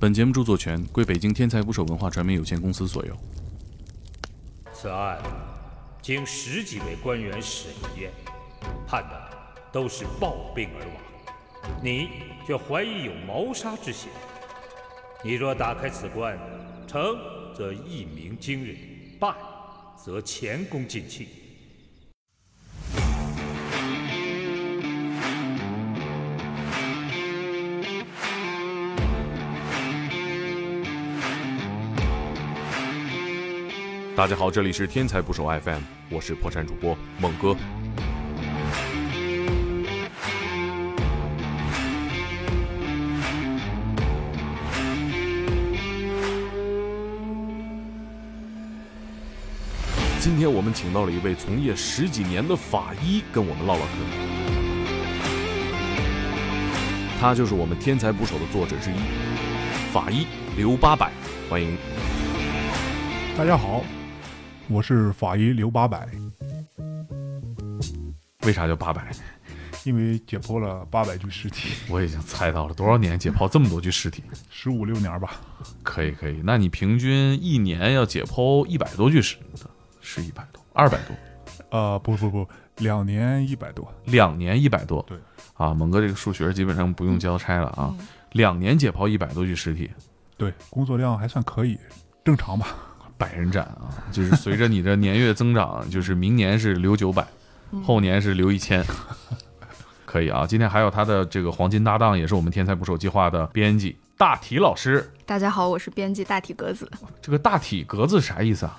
本节目著作权归北京天才捕手文化传媒有限公司所有。此案经十几位官员审验，判断都是暴病而亡，你却怀疑有谋杀之嫌。你若打开此关，成则一鸣惊人，败则前功尽弃。大家好，这里是天才捕手 FM，我是破产主播猛哥。今天我们请到了一位从业十几年的法医，跟我们唠唠嗑。他就是我们天才捕手的作者之一，法医刘八百，欢迎。大家好，我是法医刘八百，为啥叫八百？因为解剖了八百具尸体， 我已经猜到了，多少年解剖这么多具尸体？十五六年吧，可以可以，那你平均一年要解剖一百多具尸，是一百多，二百多，呃，不不不，两年一百多，两年一百多。对，啊，猛哥这个数学基本上不用交差了啊，两年解剖一百多具尸体，对，工作量还算可以，正常吧？百人斩啊，就是随着你的年月增长，就是明年是留九百，后年是留一千。可以啊，今天还有他的这个黄金搭档，也是我们天才捕手计划的编辑大体老师。大家好，我是编辑大体格子。这个大体格子啥意思啊？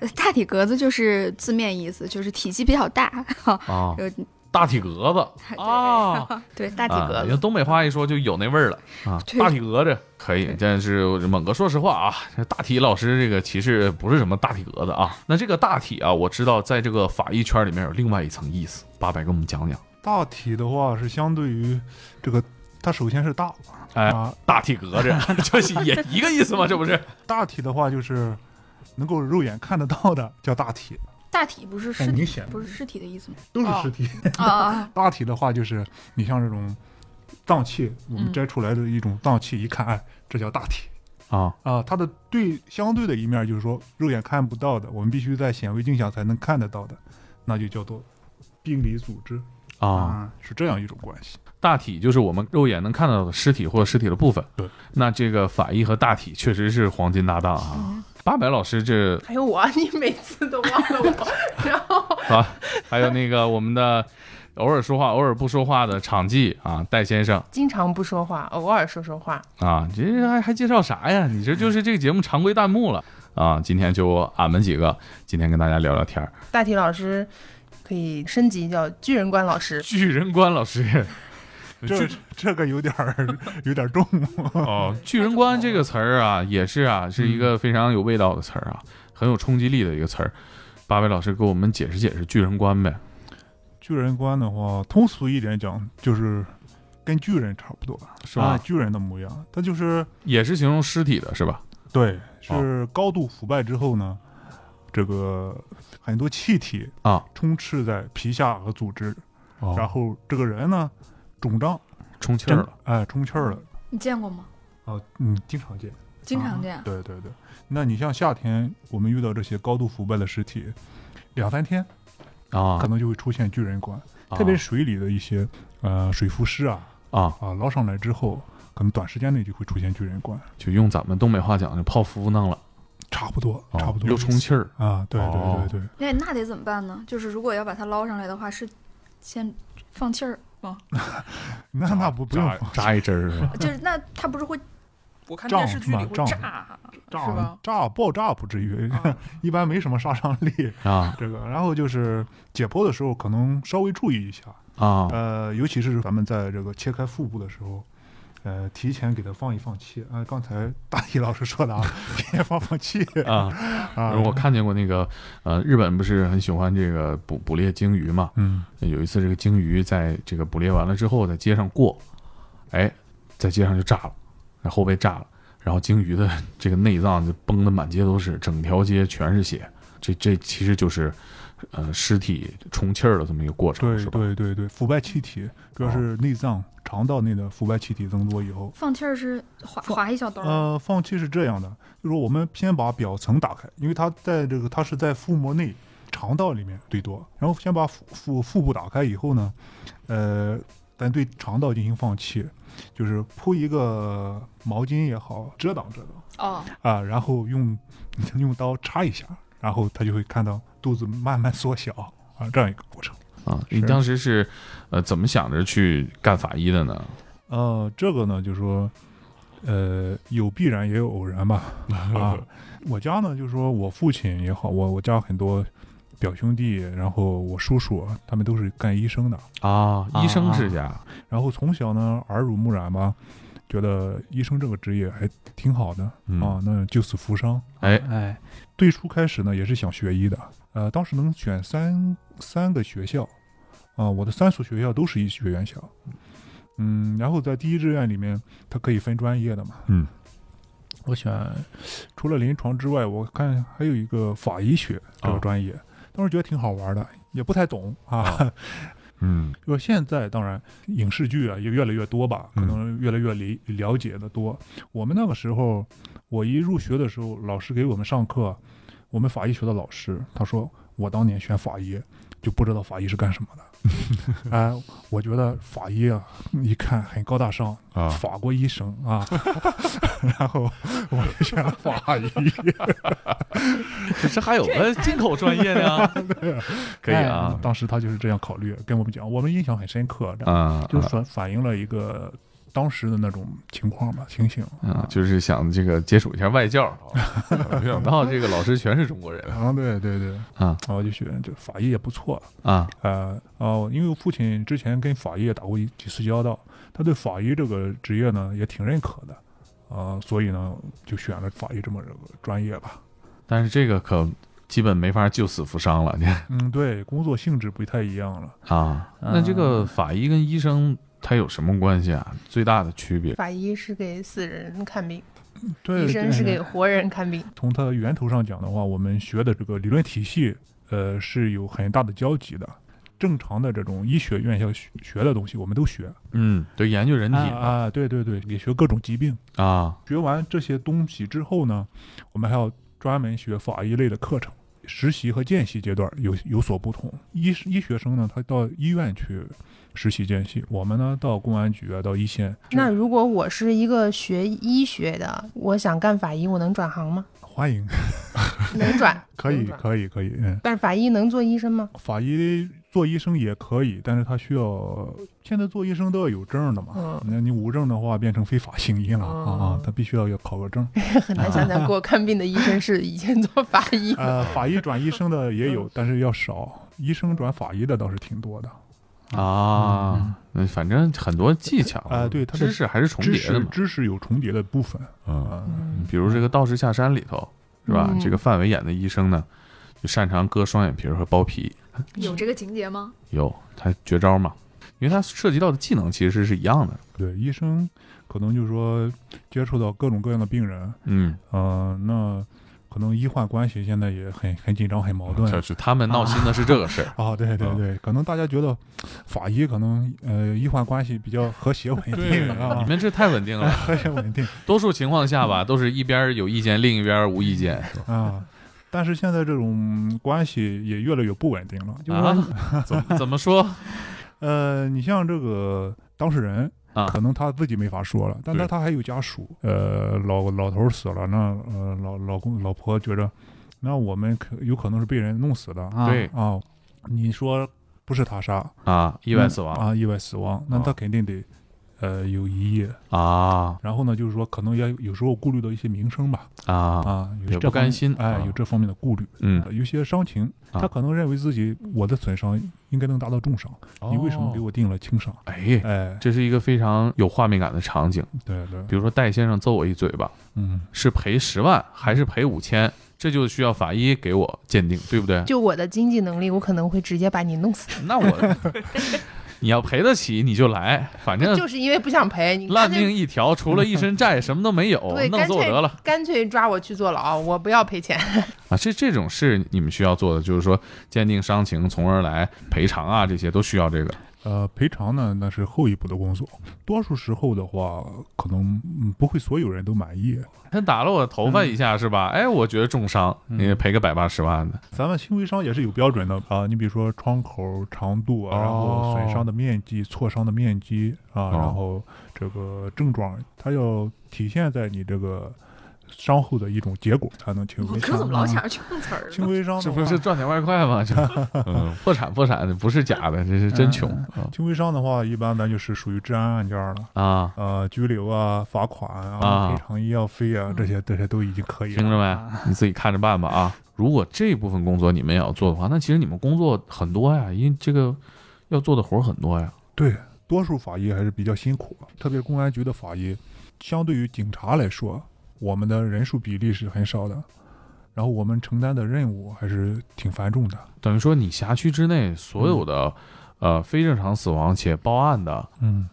呃大体格子就是字面意思，就是体积比较大。哈、啊，呃，大体格 子啊，对，大体啊，格用子。东北话一说就有那味儿了啊， 对大体格子可以。但是猛哥，说实话啊，这大体老师这个其实不是什么大体格子啊。那这个大体啊，我知道在这个法医圈里面有另外一层意思。八百给我们讲讲，大体的话是相对于这个，它首先是大，哎啊，大体格子 就是也一个意思嘛，这不是？大体的话就是能够肉眼看得到的 叫大体，大体不是很尸明体，显不是尸体的意思吗？都是尸体。啊啊，啊大体的话就是你像这种脏器，我们嗯摘出来的一种脏器，一看，哎，这叫大体。 啊，啊，它的对相对的一面就是说肉眼看不到的，我们必须在显微镜下才能看得到的，那就叫做病理组织啊，，是这样一种关系。大体就是我们肉眼能看到的尸体或者尸体的部分。对，那这个法医和大体确实是黄金搭档啊。嗯八百老师这还有我，啊 你每次都忘了我，然后啊，还有那个我们的偶尔说话、偶尔不说话的场记啊，戴先生 经常不说话，偶尔说说话。啊，这还还介绍啥呀？你这就是这个节目常规弹幕了啊！今天就俺们几个，今天跟大家聊聊天儿。大体老师可以升级叫巨人观老师，巨人观老 师，嗯这这个有点儿有点儿重， 哦，巨人观这个词儿啊，也是啊，是一嗯个非常有味道的词儿啊，很有冲击力的一个词儿。八位老师给我们解释解释巨人观呗。巨人观的话，通俗一点讲就是跟巨人差不多，是吧啊巨人的模样，它就是也是形容尸体的是吧？啊对，是高度腐败之后呢，这个很多气体啊充斥在皮下和组织，然哦，后这个人呢肿胀，充气儿了，哎，充气儿了。你见过吗？啊，嗯，经常见。啊经常见。对对对，那你像夏天，我们遇到这些高度腐败的尸体，两三天啊可能就会出现巨人观，啊特别是水里的一些呃水浮尸啊啊，啊捞上来之后，可能短时间内就会出现巨人观，就用咱们东北话讲，就泡芙弄了，差不多啊差不多又充气儿，啊，对哦对对对，那那得怎么办呢？就是如果要把它捞上来的话，是先放气儿吗？那 那不不扎 用扎一针儿是 吧？就是那它不是会？我看胀电视剧里会胀炸，是炸吧？啊炸爆炸不至于， 一般没什么杀伤力。啊这个，然后就是解剖的时候可能稍微注意一下，啊呃，尤其是咱们在这个切开腹部的时候，呃，提前给它放一放气。啊、刚才大体老师说的啊，提前放放气啊！啊。我看见过那个，呃，日本不是很喜欢这个捕捕猎鲸鱼嘛？嗯，有一次这个鲸鱼在这个捕猎完了之后，在街上过，哎，在街上就炸了，然后被炸了，然后鲸鱼的这个内脏就崩的满街都是，整条街全是血，这这其实就是，呃，尸体充气儿的这么一个过程，对是吧？哦对对对，腐败气体，主要是内脏、肠道内的腐败气体增多以后，放气儿是划放划一小刀儿，呃，放气是这样的，就是说我们先把表层打开，因为它在这个它是在腹膜内肠道里面最多，然后先把腹腹腹部打开以后呢，呃，咱对肠道进行放气，就是铺一个毛巾也好遮挡遮挡哦，啊，然后用 用刀插一下，然后他就会看到肚子慢慢缩小啊，这样一个过程。啊，你是当时是，呃，怎么想着去干法医的呢？呃，这个呢，就是说，呃，有必然也有偶然吧。啊，我家呢，就是说我父亲也好，我我家很多表兄弟，然后我叔叔，啊他们都是干医生的。啊，医生世家，然后从小呢，耳濡目染吧，觉得医生这个职业还挺好的、嗯啊，那救死扶伤。哎，哎，最初开始呢，也是想学医的，呃，当时能选三三个学校，啊、我的三所学校都是医学院校，嗯，然后在第一志愿里面，它可以分专业的嘛，嗯，我选除了临床之外，我看还有一个法医学这哦个专业，当时觉得挺好玩的，也不太懂 啊，嗯，就现在当然影视剧啊也越来越多吧，可嗯能越来越理了解的多。我们那个时候，我一入学的时候，老师给我们上课，我们法医学的老师他说，我当年选法医就不知道法医是干什么的。 哎，我觉得法医啊，一看很高大上，啊法国医生 啊，然后我就选了法医。可是还有个进口专业 呢，可以哎啊，当时他就是这样考虑，跟我们讲，我们印象很深刻。这样啊，就反反映了一个当时的那种情况吧，情形啊，就是想这个接触一下外教， 啊没想到这个老师全是中国人啊，对对对，哎啊然后就觉得这法医也不错，啊呃哦，因为我父亲之前跟法医也打过一几次交道，他对法医这个职业呢也挺认可的，啊、所以呢就选了法医这么个专业吧。但是这个可基本没法救死扶伤了，你嗯，对，工作性质不太一样了。 啊，那这个法医跟医生他有什么关系啊？最大的区别法医是给死人看病，对，医生是对给活人看病。从它源头上讲的话，我们学的这个理论体系，呃，是有很大的交集的。正常的这种医学院校学学的东西，我们都学，嗯，对，研究人体啊啊，对对对，也学各种疾病。啊学完这些东西之后呢，我们还要专门学法医类的课程。实习和见习阶段有有所不同，医医学生呢，他到医院去实习见习，我们呢到公安局啊，到一线那如果我是一个学医学的，我想干法医，我能转行吗？欢 迎，能 转，可以能转可以可以，嗯，但是法医能做医生吗？ 法医做医生也可以，但是他需要现在做医生都要有证的嘛，嗯那你无证的话变成非法行医了、啊哦，他必须要要考个证。很难想象给我看病的医生是以前做法 医。呃，法医转医生的也有，但是要少，医生转法医的倒是挺多的。嗯啊，那反正很多技巧啊对它的知识还是重知叠的识嘛，知识有重叠的部分嗯，啊，嗯比如这个《道士下山》里头是吧？嗯这个范伟演的医生呢，就擅长割双眼皮儿和包皮，有这个情节吗？有他绝招嘛，因为他涉及到的技能其实是一样的。对，医生可能就是说接触到各种各样的病人，嗯，呃，那可能医患关系现在也很很紧张、很矛盾。就是嗯他们闹心的是这个事儿。啊，对嗯对对，可能大家觉得法医可能呃医患关系比较和谐稳定你 啊，们这太稳定了，和谐 稳定多数情况下吧，都是一边儿有意见，另一边儿无意见。啊。但是现在这种关系也越来越不稳定了，就是说、啊， 怎么怎么说？呃，你像这个当事人啊可能他自己没法说了，但他对他还有家属，呃，老老头儿死了，那呃老老公老婆觉着，那我们可有可能是被人弄死的啊对啊，你说不是他杀，啊，意外死那亡啊，意外死亡，那啊他肯定得。呃，有疑义，啊然后呢，就是说可能也有时候顾虑到一些民生吧，啊，啊，有也不这甘方面心哎啊，有这方面的顾虑，嗯呃，有些伤情，啊他可能认为自己我的损伤应该能达到重伤，你为什么给哦？我定了轻伤？哎，哎，这是一个非常有画面感的场景。对对，比如说戴先生揍我一嘴巴，嗯，是赔十嗯万还是赔五千？这就需要法医给我鉴定，对不对？ 就我的经济能力，我可能会直接把你弄死。那我你要赔得起你就来，反正就是因为不想赔，你干烂脆命一条，除了一身 债什么都没有对，，弄干死我脆得了。干脆抓我去坐牢，我不要赔钱。啊，这这种事你们需要做的，就是说鉴定伤情，从而来赔偿啊，这些都需要这个。呃，赔偿呢，那是后一步的工作。多数时候的话，可能、嗯、不会所有人都满意。他打了我头嗯发一下、是吧？哎，我觉得重伤，你赔个百八十万的。咱们轻微伤也是有标准的啊，你比如说窗口长度啊，然后损伤的面积、挫伤的面积啊，哦然后这个症状，它要体现在你这个伤后的一种结果才能轻我微哥伤。怎么老想着用词儿轻呢？微哦伤的这话不是赚点外快吗？ 就嗯，破产破产不是假的，这是真穷嗯轻微伤的话，一般咱就是属于治安案件了。啊！呃，拘留啊、罚款啊、啊赔偿医药费啊，这些这些都已经可以听了。着没？你自己看着办吧啊！如果这部分工作你们也要做的话，那其实你们工作很多呀，因为这个要做的活儿很多呀。对，多数法医还是比较辛苦，特别是公安局的法医，相对于警察来说，我们的人数比例是很少的，然后我们承担的任务还是挺繁重的。等于说你辖区之内所有的、呃非正常死亡且报案的嗯，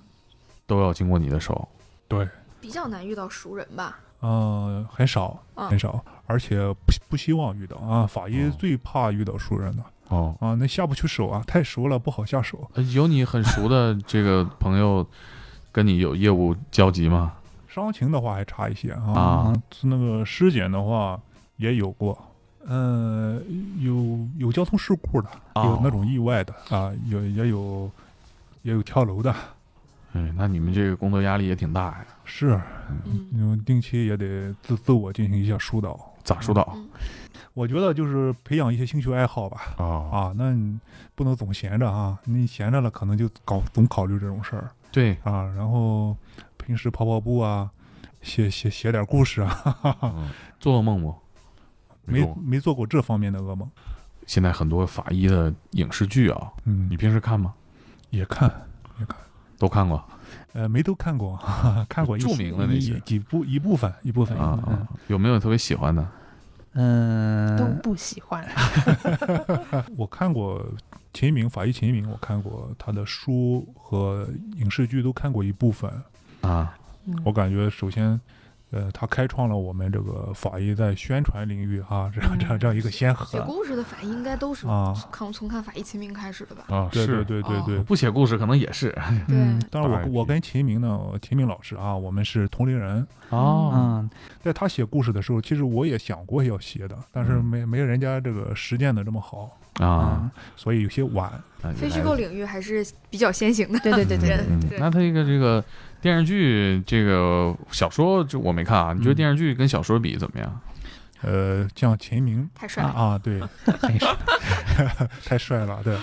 都要经过你的手。对，比较难遇到熟人吧？嗯、很少，嗯很少，而且不不希望遇到啊。法医哦最怕遇到熟人了哦，啊，那下不去手啊，太熟了不好下手。呃有你很熟 的这个朋友跟你有业务交集吗？伤情的话还差一些啊啊，是那个尸检的话也有过，呃，有有交通事故的，哦有那种意外的啊，有也有也有跳楼的，哎，那你们这个工作压力也挺大呀。是，嗯，嗯，定期也得自自我进行一下疏导。咋疏导啊我觉得就是培养一些兴趣爱好吧，啊？啊，那你不能总闲着啊，你闲着了可能就搞总考虑这种事儿对，啊，然后平时跑跑步啊，写写写点故事啊，嗯做噩梦不？没做过没做过这方面的噩梦，现在很多法医的影视剧啊，嗯你。平时看吗？也看，都看过呃，没都看过，哈哈看过一著名的那一些几部一部分一部分嗯啊啊？有没有特别喜欢的？都嗯，不喜欢，嗯我看过秦明法医秦明，我看过他的书和影视剧都看过一部分。啊，嗯我感觉首先，呃，他开创了我们这个法医在宣传领域啊，这样这样这样一个先河嗯写故事的法医应该都是啊。看从看法医秦明开始的吧？啊对对对对对，不写故事可能也是嗯哦对，当然大我 IP 我跟秦明呢，秦明老师啊，我们是同龄人，哦。嗯，在他写故事的时候，其实我也想过要写的，但是嗯没没人家这个实践的这么好，嗯啊，所以有些晚。那你非虚来构领域还是比较先行的。对对对对对嗯对那他这个这个电视剧、这个小说，这我没看啊。你觉得嗯电视剧跟小说比怎么样？呃，像秦明太帅了，啊，对，很帅 太帅了，对，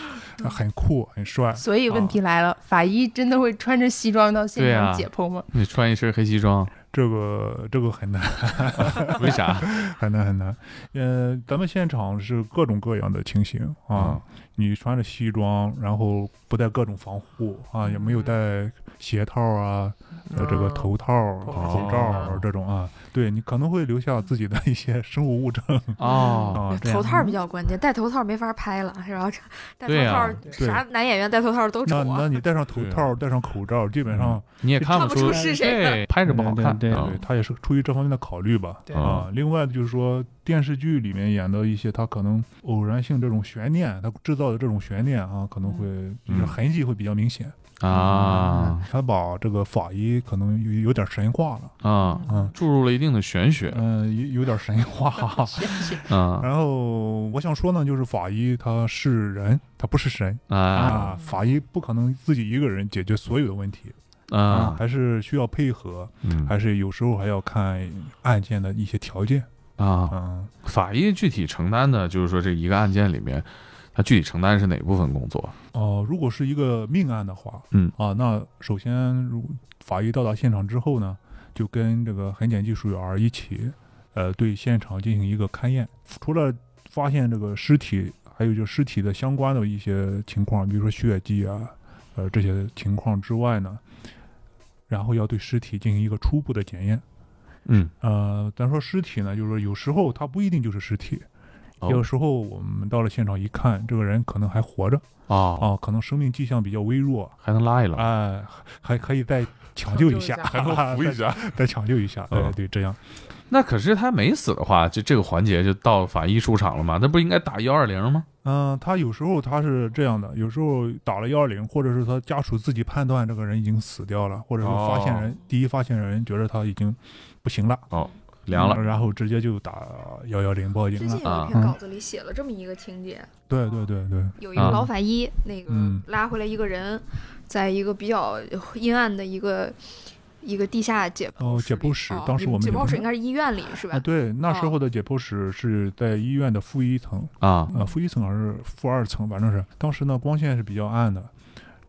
很酷，很帅。所以问题来了，法医真的会穿着西装到现哦对啊场解 剖吗？你穿一身黑西 装，这个这个很难，为啥？很难，很难。呃，咱们现场是各种各样的情形啊，你穿着西装，然后不戴各种防护啊，也没有戴鞋套啊，呃，这个头套、口罩啊这种啊，对你可能会留下自己的一些生物物证哦，啊，这样头套比较关键，戴头套没法拍了，然后戴头对套、呀啥男演员戴头套都丑那那啊。你戴上头套，戴上口罩，基本上你也看看不不出出是谁对，拍着不好看。对对对啊嗯对，他也是出于这方面的考虑吧。对啊，另外就是说，电视剧里面演的一些，他可能偶然性这种悬念，他制造的这种悬念啊，可能会就是痕迹会比较明显。嗯哦啊他把这个法医可能有有点神化了，啊，嗯注入了一定的玄学。嗯、有有点神 化。嗯然后我想说呢，就是法医他是人，他不是神啊啊，法医不可能自己一个人解决所有的问题，啊还是需要配合，嗯还是有时候还要看案件的一些条件，啊！嗯。法医具体承担的就是说这一个案件里面，他具体承担是哪部分工作？哦、如果是一个命案的话，嗯啊，那首先如法医到达现场之后呢，就跟这个痕检技术员儿一起，呃，对现场进行一个勘验。除了发现这个尸体，还有就尸体的相关的一些情况，比如说血迹啊，呃这些情况之外呢，然后要对尸体进行一个初步的检验。嗯呃，咱说尸体呢，就是说有时候它不一定就是尸体，哦有时候我们到了现场一看，这个人可能还活着哦，啊，可能生命迹象比较微弱，还能拉一拉，哎，还可以再抢救 一下，抢 啊能扶一下。再，再抢救一下，对嗯对，这样那可是他没死的话，就这个环节就到法医出场了嘛？那不应该打幺二零吗？嗯、他有时候他是这样的，有时候打了幺二零，或者是他家属自己判断这个人已经死掉了，或者是发哦现人、第一发现人觉得他已经不行了，凉了，嗯然后直接就打幺幺零报警最了近。有啊一篇稿子里写了这么一个情节，对对对对，有一个啊老法医，那个嗯拉回来一个人，在一个比较阴暗的一个一个地下解剖哦室解剖里室哦当时我们解也不剖是室应该是医院里是啊吧？对，那时哦候的解剖室是在医院的负一层，啊呃，负一层还是负二层，反正是当时呢光线是比较暗的，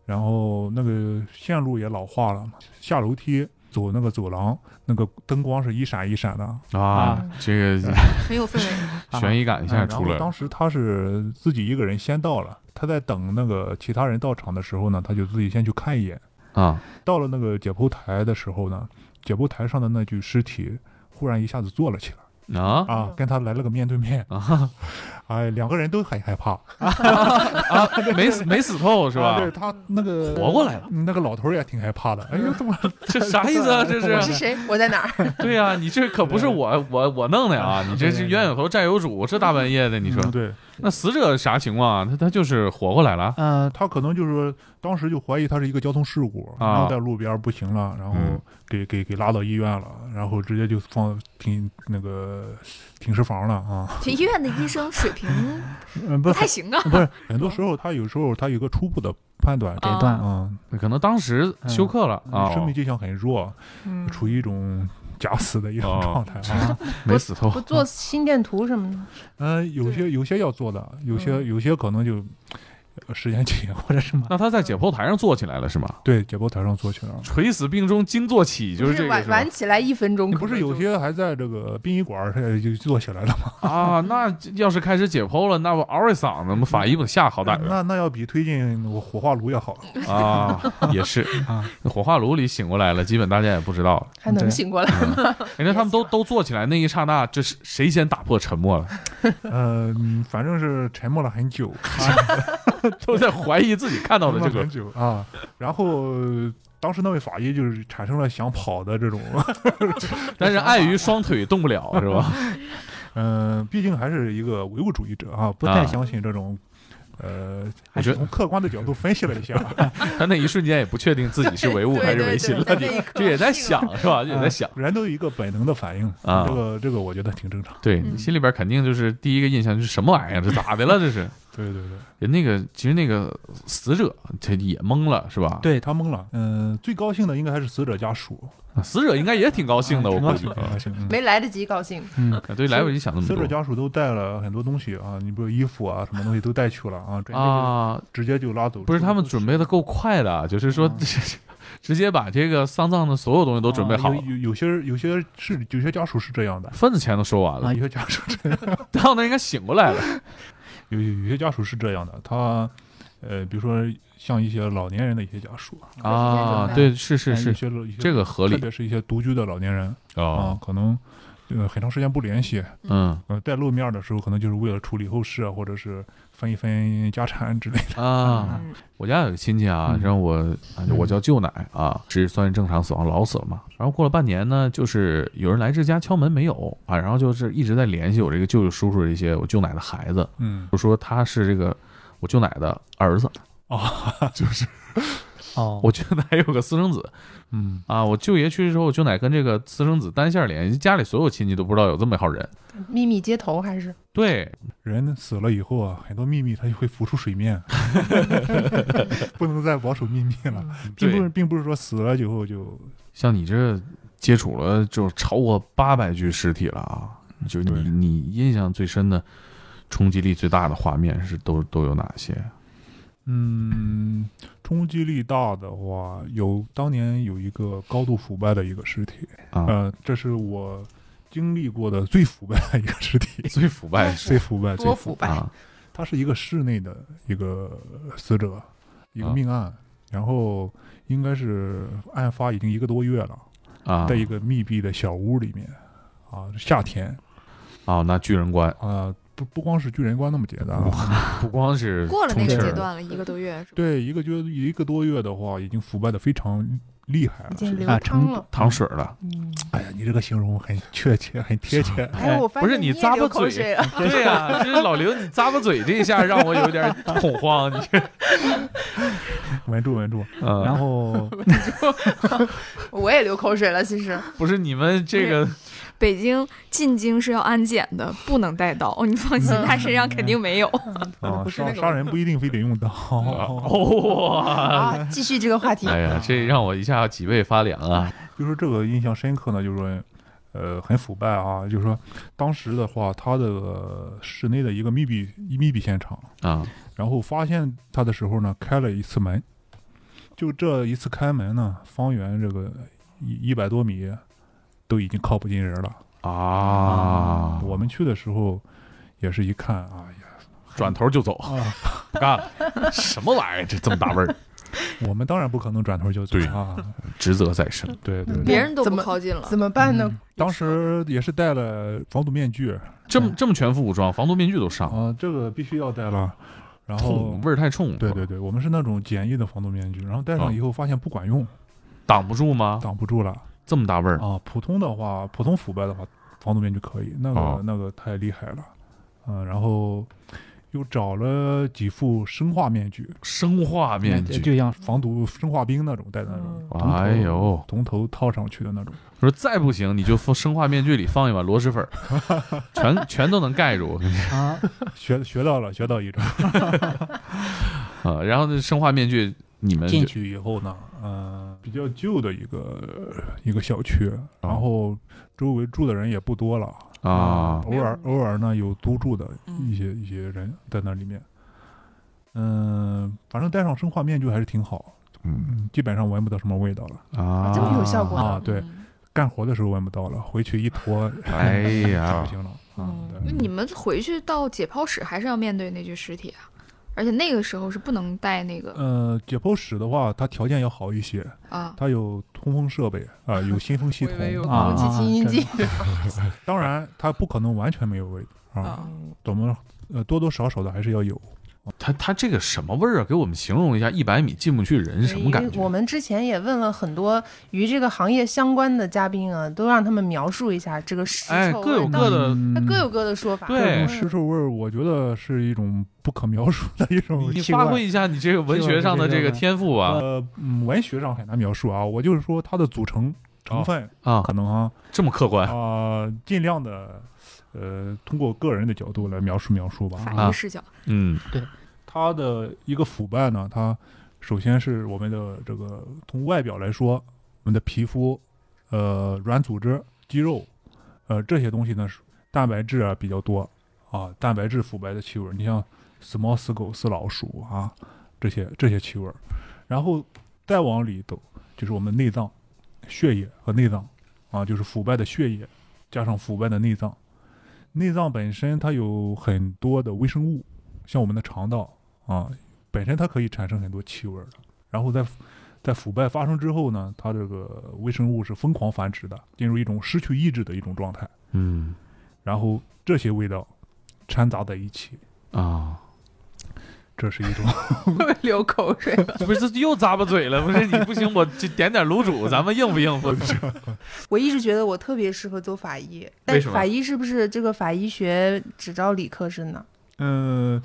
然后那个线路也老化了嘛，下楼梯走那个走廊，那个灯光是一闪一闪的，啊！这个很有氛围。悬疑感一下嗯出然来后了当时他是自己一个人先到了，他在等那个其他人到场的时候呢，他就自己先去看一眼。啊！到了那个解剖台的时候呢，解剖台上的那具尸体忽然一下子坐了起来。啊啊，跟他来了个面对面啊哎，两个人都很害怕，啊！没死没死透是啊吧对？他那个活过来了，嗯那个老头儿也挺害怕的。哎呦，怎么这啥意思啊？这我是是谁？我在哪 儿？对呀、你这可不是我我我弄的呀！你这是冤有头债有主，这大半夜的，你说嗯 对，那死者啥情况啊？他他就是活过来了嗯、他可能就是说当时就怀疑他是一个交通事故，啊然后在路边儿不行了，然后嗯给给给拉到医院了，然后直接就放停那个停尸房了啊。这医院的医生水平嗯，不不是太行啊，不是，很多时候他有时候他有个初步的判断，啊断嗯，可能当时休克了啊，生命迹象很弱，嗯，处于一种假死的一种哦状态啊。没死透不做心电图什么的，嗯，有些有些要做的，有些嗯有些可能就呃时间紧或者什么。那他在解剖台上坐起来了是吗？对，解剖台上做起来了。垂死病中惊坐起，就是这个晚是吧晚？起来一分钟你可能不就，是有些还在这个殡仪馆儿他也就做起来了吗？ 啊，那要是开始解剖了，那我嗷一嗓子，我们法医不得吓好歹那那要比推进我火化炉要 好。啊？也是嗯 啊，那火化炉里醒过来了，基本大家也不知道了。还能醒过来？人家他们都都坐起来那一刹那，这是谁先打破沉默了？ 呃，嗯反正是沉默了很久，都在怀疑自己看到的沉这默了个很久啊。然后呃当时那位法医就是产生了想跑的 这种，但是碍于双腿动不了，是吧？ 嗯，毕竟还是一个唯物主义者啊，不太啊相信这种。呃，我还觉是得从客观的角度分析了一 下，他那一瞬间也不确定自己是唯物还是唯心了，对对对对这也在想，是吧？这也在想啊人都有一个本能的反应啊这个这个我觉得挺正常。对，嗯心里边肯定就是第一个印象就是什么玩意儿，这咋的了？这 是对对对，人那个其实那个死者他也懵了，是吧？对他懵了。嗯，最高兴的应该还是死者家属，啊，死者应该也挺高兴的，我挺高估计啊兴，。挺高兴。嗯没来得及高兴，嗯，啊对，来不及想那么死者多家属都带了很多东西啊，你比如衣服啊，什么东西都带去了啊，直接就、啊，直接就拉走。不是他们准备的够快的，就是说啊 直接把这个丧葬的所有东西都准备好啊了有，有有些有些是有些家属是这样的，份子钱都收完了有，些家属是这样，到那应该醒过来了有有有些家属是这样的，他呃，比如说像一些老年人的一些家属，啊。对，是是哎有是，些有些这个合特理别是一些独居的老年人啊哦，，可能。呃，很长时间不联系，嗯呃，在露面儿的时候，可能就是为了处理后事啊，或者是分一分家产之类的。啊。嗯，我家有个亲戚啊，嗯让我啊我叫舅奶啊，是算是正常死亡，老死了嘛。然后过了半年呢，就是有人来这家敲门没有啊，然后就是一直在联系我这个舅舅叔叔这些我舅奶的孩子，嗯，就说他是这个我舅奶的儿子， 哦，我舅奶有个私生子嗯，啊。我舅爷去世之后，我舅奶跟这个私生子单线联系，家里所有亲戚都不知道有这么一号人。嗯秘密街头还是对，人死了以后啊，很多秘密它就会浮出 水面， 不能再保守秘密了。并不是，对，并不是说死了以后就像你这接触了就超过八百具尸体了啊，就对你你印象最深的、冲击力最大的画面是都都有哪些？嗯，冲击力大的话，有当年有一个高度腐败的一个尸体，啊，，呃，这是我经历过的最腐败的一个尸 体最腐败最腐败，最多腐腐败。败？啊，他是一个室内的一个死者，一个啊命案，然后应该是案发已经一个多月了，啊在一个密闭的小屋里面，啊，夏天啊，那巨人观啊。不不光是巨人观那么简单啊了。不光是过了充那个气儿阶，段了，一个多月是吧？对，一个就一个多月的话，已经腐败的非常厉害已了。经流啊汤成了。淌水了。嗯，哎呀，你这个形容很确切，很贴切。哎，我发不现 是啊你也咂巴流口嘴 水了，对呀、这老刘，你咂巴嘴这一下让我有点恐慌。你这， 稳住，稳住。嗯然 后我也流口水了。 其实不是你们这 个北京进京是要安检的，不能带刀。 你放心，他身上肯定没有。啊，不是那杀个杀人不一定非得用 刀。啊哦，啊，继续这个话题。哎呀，这让我一下脊背发凉啊！ 就说这个印象深刻呢，就是说，呃，很腐败啊，就是说，当时的话，他的呃室内的一个密闭密闭现场，啊，然后发现他的时候呢，开了一次门，就这一次开门呢，方圆这个一一百多米都已经靠不近人了啊，我们去的时候也是一看，哎呀，转头就走，啊，不 干了。什么玩意儿？这这么大味儿，我们当然不可能转头就走对啊，职责在身。对对对。 别人都怎不么靠近了怎，么办呢？嗯当时也是戴了防毒面具这么这么全副武装，防毒面具都上，啊，这个必须要戴了。然后冲味儿太冲。对对，对，我们是那种简易的防毒面具，然后戴啊上以后发现不管用，挡不住吗？挡不住了这么大味儿，啊。普通的话，普通腐败的话，防毒面具可以，那个、哦那个太厉害了，嗯，然后又找了几副生化面具，生化面就具。就像防毒生化兵那种戴的那种，嗯从头哎呦，从头套上去的那种，我说再不行你就放生化面具里放一碗螺蛳粉儿， 全全都能盖住。啊，学学到了，学到一招。啊，然后那生化面具，你们进就去以后呢，嗯，比较旧的一个一个小区，哦然后周围住的人也不多了。啊，偶尔偶尔呢有租住的嗯一些一些人在那里面，嗯，反正戴上生化面具还是挺好，嗯嗯，基本上闻不到什么味道了。啊，这么有效果啊对嗯干活的时候闻不到了，回去一脱，哎就呀不，行了。嗯对那你们回去到解剖室还是要面对那具尸体啊，而且那个时候是不能带那个呃，解剖室的话，它条件要好一 些，啊，它有通风设备啊、 有新风系我以为有统空气啊。清新剂。当然，它不可能完全没有味道啊，嗯怎么呃多多少少的还是要有。他他这个什么味儿啊？给我们形容一下，一百米进不去哎人是什么感因为我觉？们之前也问了很多与这个行业相关的嘉宾啊，都让他们描述一下这个尸哎，臭各有味各道的，嗯它各有各的说法。对这嗯种尸臭味儿，我觉得是一种不可描述的一种你气味儿发挥一下你这个文学上的这个天赋啊吧。呃，嗯，文学上很难描述啊，我就是说它的组哦成成分啊，可能啊这么客观，啊、尽量的呃，通过个人的角度来描述描述吧。反啊应视角，嗯它的一个腐败呢，它首先是我们的这个从外表来说，我们的皮肤、呃软组织、肌肉，呃这些东西呢，是蛋白质啊比较多啊，蛋白质腐败的气味儿，你像死猫、死狗、死老鼠啊，这些这些气味儿，然后再往里走就是我们内脏、血液和内脏啊，就是腐败的血液加上腐败的内脏。内脏本身它有很多的微生物，像我们的肠道啊，本身它可以产生很多气味儿的。然后在腐在腐败发生之后呢，它这个微生物是疯狂繁殖的，进入一种失去抑制的一种状态。嗯然后这些味道掺杂在一起，啊，这是一 种 流口水 了。 不是这又咂巴嘴了？不是你不行，我就点点卤煮，咱们应付应付。我一直觉得我特别适合做法医，为但什么！法医是不是这个法医学只招理科生呢？嗯、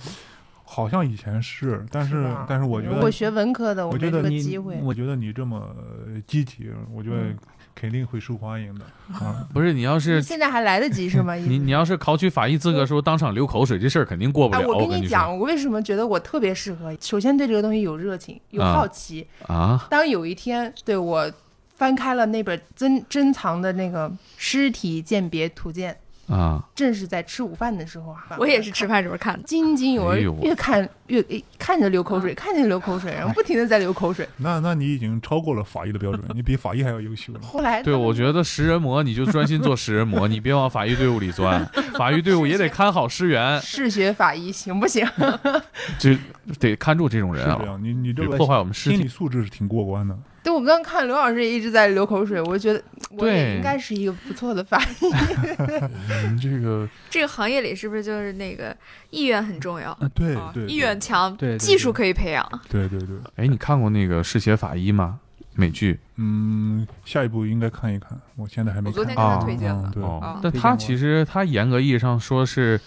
好像以前是，但是是吧但是我觉如果得。学文科的，我没觉这得个你机会，。我觉得你这么呃积极，我觉得嗯肯定会受欢迎 的啊 不是你要 是现在还来得及是吗？你你要是考取法医资格的时候当场流口水，这事儿肯定过不哎，了。我我跟你讲，说我为什么觉得我特别适合？首先对这个东西有热情，有啊好奇，啊，当有一天对我翻开了那本珍珍藏的那个《尸体鉴别图鉴》，啊，正是在吃午饭的时候啊，我也是吃饭时候看的。津津有哎味呦，哎越看越诶看着流口水，看着流口水，然后不停的在流口水。那那你已经超过了法医的标准，你比法医还要优秀 了。后来对，我觉得食人魔你就专心做食人魔，你别往法医队伍里钻，法医队伍也得看好尸源得，嗜血法医行不行？ 就得看住这种人是这啊，样，你你这得个破坏我们尸心体。理素质是挺过关的。对，我们刚看刘老师也一直在流口水，我觉得我对也应该是一个不错的发明。嗯这个这个行业里是不是就是那个意愿很重要？啊，对啊对，意愿强，对对技术可以培养。对对对，哎，你看过那个《嗜血法医》吗？美剧嗯，下一步应该看一看，我现在还没我昨看。天给他推荐了嗯对，哦哦，但推荐他过其实他严格意义上说是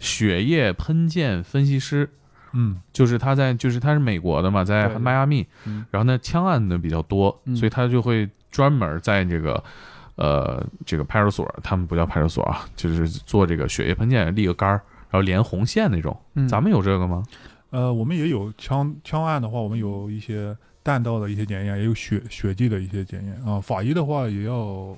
血液喷溅分析师，嗯就是他在就是他是美国的嘛，在对迈阿密嗯，然后呢枪案呢比较多，嗯所以他就会专门在这个呃这个派出所，他们不叫派出所啊，就是做这个血液喷溅，立个杆儿，然后连红线那种。嗯咱们有这个吗？呃，我们也有枪枪案的话，我们有一些弹道的一些检验，也有血血迹的一些检验啊、法医的话也要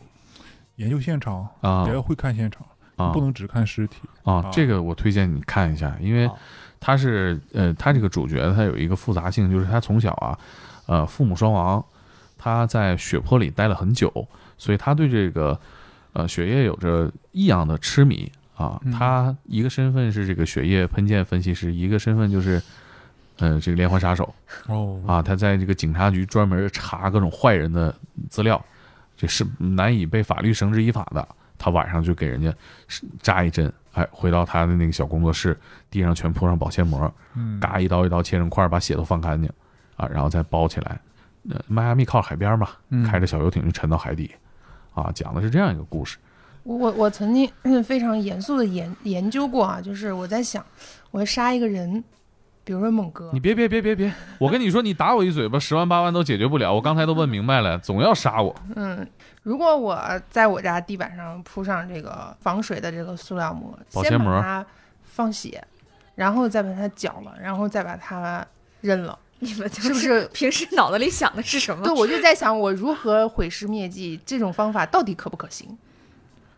研究现场，啊也要会看现场，啊不能只看尸体。啊啊！这个我推荐你看一下，因为好他是呃，他这个主角他有一个复杂性，就是他从小啊，呃，父母双亡，他在血泊里待了很久，所以他对这个呃血液有着异样的痴迷啊嗯。他一个身份是这个血液喷溅分析师，一个身份就是呃这个连环杀手哦，啊。他在这个警察局专门查各种坏人的资料，这是难以被法律绳之以法的。他晚上就给人家扎一针，哎，回到他的那个小工作室，地上全铺上保鲜膜，嗯，嘎一刀一刀切成块儿，把血都放干净啊，然后再包起来。呃，迈阿密靠海边嘛，嗯开着小游艇就沉到海底，啊，讲的是这样一个故事。我我我曾经 非常严肃的研研究过啊，就是我在想，我要杀一个人，比如说猛哥你，别别别别别，我跟你说，你打我一嘴巴，十万八万都解决不了。我刚才都问明白了，总要杀我。嗯，如果我在我家地板上铺上这个防水的这个塑料膜，保鲜先膜把它放血，然后再把它搅了，然后再把它扔了。你们就是不是平时脑子里想的是什么？对，我就在想，我如何毁尸灭迹这种方法到底可不可行？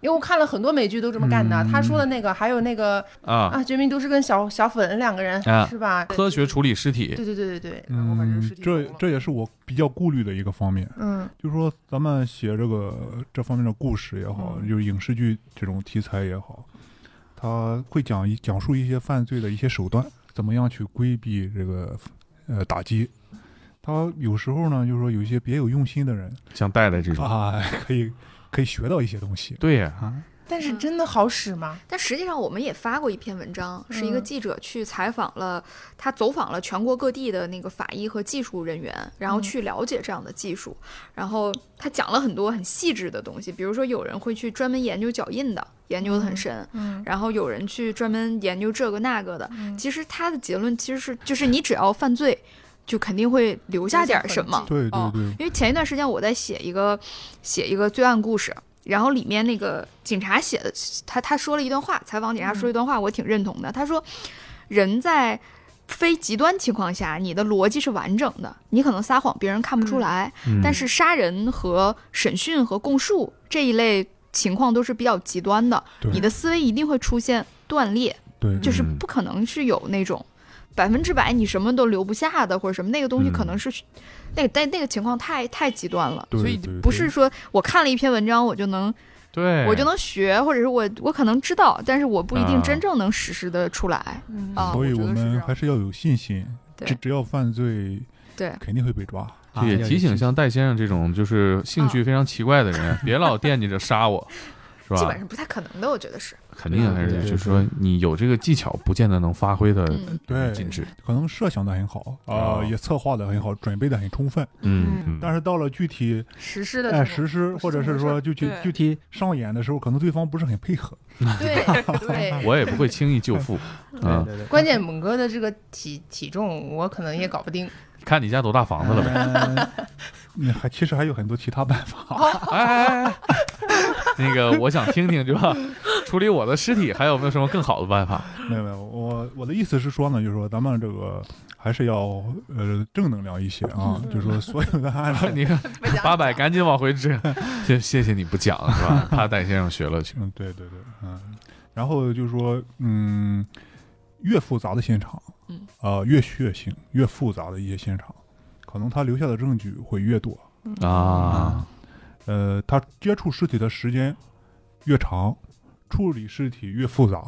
因为我看了很多美剧都这么干的。他说的那个，还有那个嗯啊，啊，《绝命毒师》跟小小粉两个人、啊是吧？科学处理尸体，对对对对对，然后把这个嗯尸，体这弄了这也是我比较顾虑的一个方面，嗯就是说咱们写这个这方面的故事也好，嗯就是影视剧这种题材也好，它会讲一讲述一些犯罪的一些手段，怎么样去规避这个呃打击。他有时候呢，就是说有一些别有用心的人像戴戴这种，啊，可以可以学到一些东西。对呀，但是嗯真的好使吗？但实际上，我们也发过一篇文章，是一个嗯记者去采访了，他走访了全国各地的那个法医和技术人员，然后嗯去了解这样的技术。然后他讲了很多很细致的东西，比如说有人会去专门研究脚印的，研究的很嗯深；嗯然后有人去专门研究这个那个的。嗯其实他的结论其实是，就是你只要犯罪，就肯定会留下留下点儿痕什么迹。对对哦对，因为前一段时间我在写一个写一个罪案故事，然后里面那个警察写的，他他说了一段话，采访警察说了一段话，我挺认同的。他说，人在非极端情况下，你的逻辑是完整的，你可能撒谎别人看不出来，嗯但是杀人和审讯和供述这一类情况都是比较极端的，对你的思维一定会出现断裂，对，就是嗯不可能是有那种百分之百你什么都留不下的或者什么那个东西，嗯可能是、那个但那个情况太太极端了。对所以对不对是说我看了一篇文章我就能哎对，我就能学，或者是我我可能知道，但是我不一定啊真正能实施的出来。嗯啊所以我觉我得是这们样还是要有信心，对只只要犯罪，对肯定会被抓。啊也要有提醒信像戴先生这种就是兴啊趣非常奇怪的 人，别老惦记着杀我，是吧？基本上不太可能的，我觉得是。肯定还是对对就是说你有这个技巧，不见得能发挥的嗯，对，尽致。可能设想的很好啊、哦也策划的很好，准备的很充分，嗯，嗯但是到了具体实施的哎这种实施，或者这么是回事说就去对具体上演的时候，可能对方不是很配 合。对 对，我也不会轻 易就负啊对。对对，关键猛哥的这个体体重我可能也搞不 定。看你家多大房子 了呗？呗。你还其实还有很多其他办法，哎哎哎，那个我想听听，对吧？ 处理我的尸体还有没有什么更好的 办法？没有没有，我我的意思是说呢，就是说咱们这个还是要呃正能量一些啊，就是说所有的案子， 你看八百，赶紧往回 支。谢谢谢你不讲是吧？怕戴先生学了去。嗯，对对对，嗯，然后就是说，嗯，越复杂的现场，嗯，呃，越血腥，越复杂的一些现场，可能他留下的证据会越多，嗯啊，呃，他接触尸体的时嗯间越长，处理尸体越复杂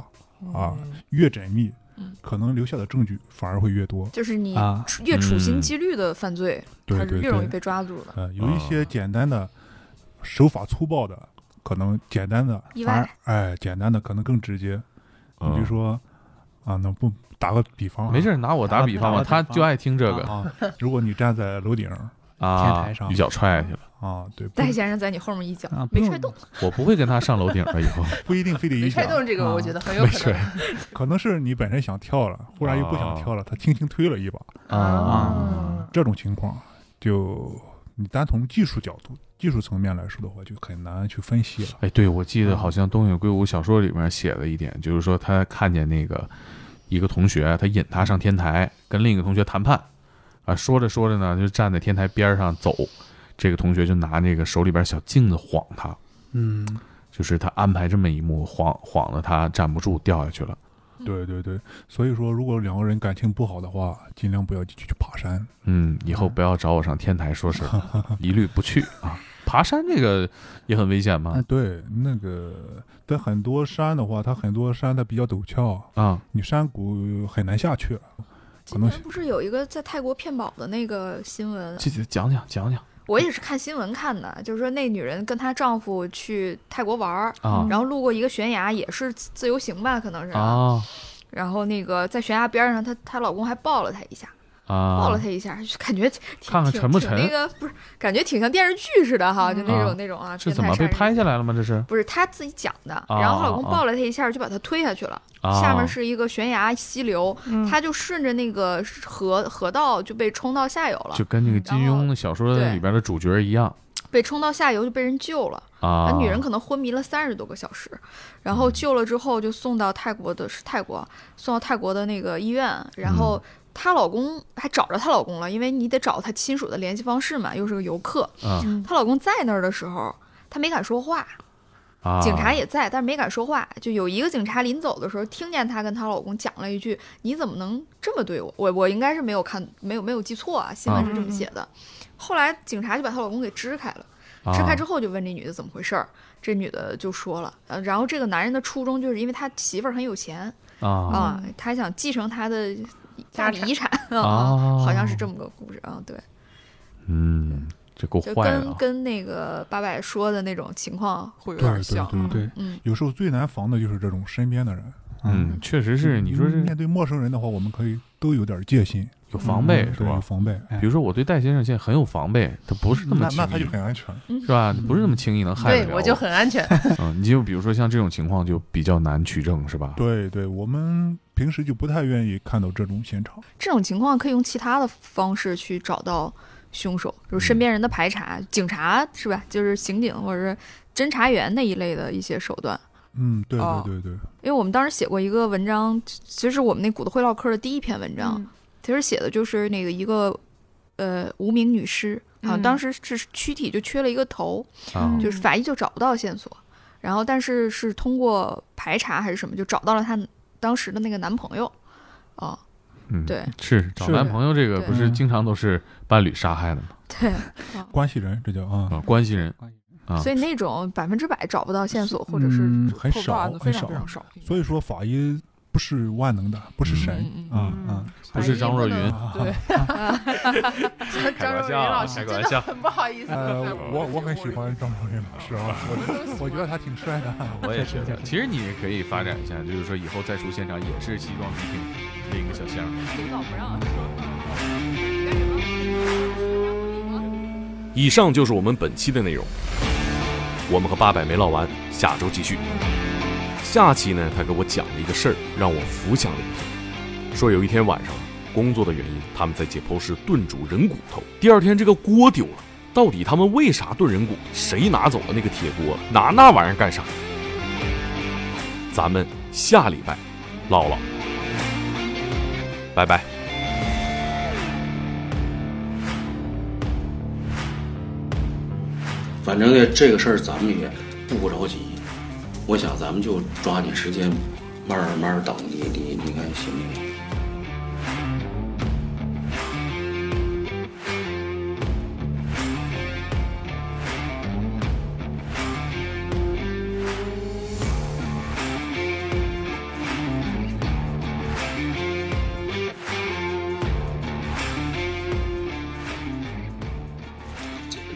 啊，越缜密，可能留下的证据反而会越多。就是你啊处越处心嗯积虑的犯罪，对它对越容易对被抓住了。呃，有一啊些简单的、手法粗暴的，可能简单的意反而外哎，简单的可能更直接。你比如嗯说啊，那不打个比方、啊，没事儿，拿我打比方吧，打个他比方就爱听这个啊。如果你站在楼顶儿啊天台，上一脚踹下去了，啊，对， 不戴先生在你后面一脚啊，不没用踹动，我不会跟他上楼顶了，以后不一定非得没一脚踹，动这个，啊我觉得很 有可能。可能是你本身想跳了，忽然又啊不想跳了，他轻轻推了一把，啊，这种情况就你单从技术角度、技术层面来说的话，就很难去分析了。哎，对，我记得好像东野圭吾小说里面写了一点，就是说他看见那个一个同学，他引他上天台跟另一个同学谈判，啊，说着说着呢，就站在天台边儿上走，这个同学就拿那个手里边小镜子晃他，嗯，就是他安排这么一幕，晃晃的他站不住掉下去了。对对对，所以说如果两个人感情不好的话，尽量不要去去爬山。嗯，以后不要找我上天台说事儿， 一律不去啊。爬山这个也很危险吗？啊对，那个在很多山的话，它很多山它比较陡峭，啊，你山谷很难下去。可今能年不是有一个在泰国骗保的那个新闻？这这讲讲讲讲我也是看新闻看的，就是说那女人跟她丈夫去泰国玩儿，啊然后路过一个悬崖，也是自自由行吧，可能是。啊然后那个在悬崖边上，她她老公还抱了她一下，抱了啊！她一下，就感觉挺看看挺沉不挺沉那个不是，感觉挺像电视剧似的哈，就那种、啊那种啊。是变怎态么杀被人拍下来了吗？这是不是她自己讲的，然后她老公啊啊抱了她一下，就把她推下去了。啊下面是一个悬崖溪流，嗯她就顺着那个河河道就被冲到下游了就，跟那个金然后庸的小说里边的主角一样被冲到下游就被人救了。啊嗯啊，。女人可能昏迷了三十多个小时，然后救了之后就送到泰国的，是泰国，送到泰国的那个医院，然后嗯她老公还找着她老公了，因为你得找她亲属的联系方式嘛，又是个游客，啊她老公在那儿的时候。她没敢说话，啊，警察也在，但是没敢说话。就有一个警察临走的时候，听见她跟她老公讲了一句：“你怎么能这么对我？”我我应该是没有看，没有没有记错啊，新闻是这么写的。后来警察就把她老公给支开啊了。支开之后就问这女的怎么回事儿，这女的就说了，呃，然后这个男人的初衷就是因为他媳妇儿很有钱啊啊，他想继承他的家里遗产哦啊，好像是这么个故事啊，对，嗯，这够就坏的跟啊。跟那个八百说的那种情况会有对点对像，对对，对，嗯，有时候最难防的就是这种身边的人。嗯，确实是，你说是面对陌生人的话，我们可以都有点戒心，嗯有防备对是有吧？防备，哎比如说我对戴先生现在很有防备，他不是那么那轻那他易就很安全。是吧？不是那么轻易能害得对了我就 很安全。嗯，你就比如说像这种情况就比较难取证是吧？对对，我们平时就不太愿意看到这种现场。这种情况可以用其他的方式去找到凶手，就是嗯身边人的排查，警察是吧？就是刑警或者是侦查员那一类的一些手段。嗯，对哦对对对，因为我们当时写过一个文章，其实是我们那古德会唠嗑的第一篇文章，嗯其实写的就是那个一个呃无名女尸，好像嗯当时是躯体就缺了一个头，啊嗯就是法医就找不到线索，然后但是是通过排查还是什么，就找到了她当时的那个男朋友，哦，嗯，对是找是男朋友这个对不是经常都是伴侣杀害的吗？对，关系人这叫啊，啊，关系人啊所以那种百分之百找不到线索或者是嗯很破不到案子少很非常少非。常少，所以说法医不是万能的，不是神嗯嗯嗯啊啊，不是张若昀对，张若昀老开师真个玩笑的很不好意思。呃，我我很喜欢张若昀老师啊，我我觉得他挺帅的。 啊我也是。其实你也可以发展一下，就是说以后再出现场也是西装笔挺拎个小箱。领导不让。以上就是我们本期的内容。我们和八百没唠完，下周继续。下期呢，他给我讲了一个事儿，让我浮想联翩。说有一天晚上，工作的原因，他们在解剖室炖煮人骨头。第二天这个锅丢了，到底他们为啥炖人骨？谁拿走了那个铁锅？拿那玩意儿干啥？咱们下礼拜唠唠，拜拜。反正也这个事儿咱们也不着急，我想咱们就抓紧时间，慢儿慢儿等你你你看行不行？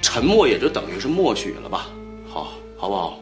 沉默也就等于是默许了吧？好，好不好？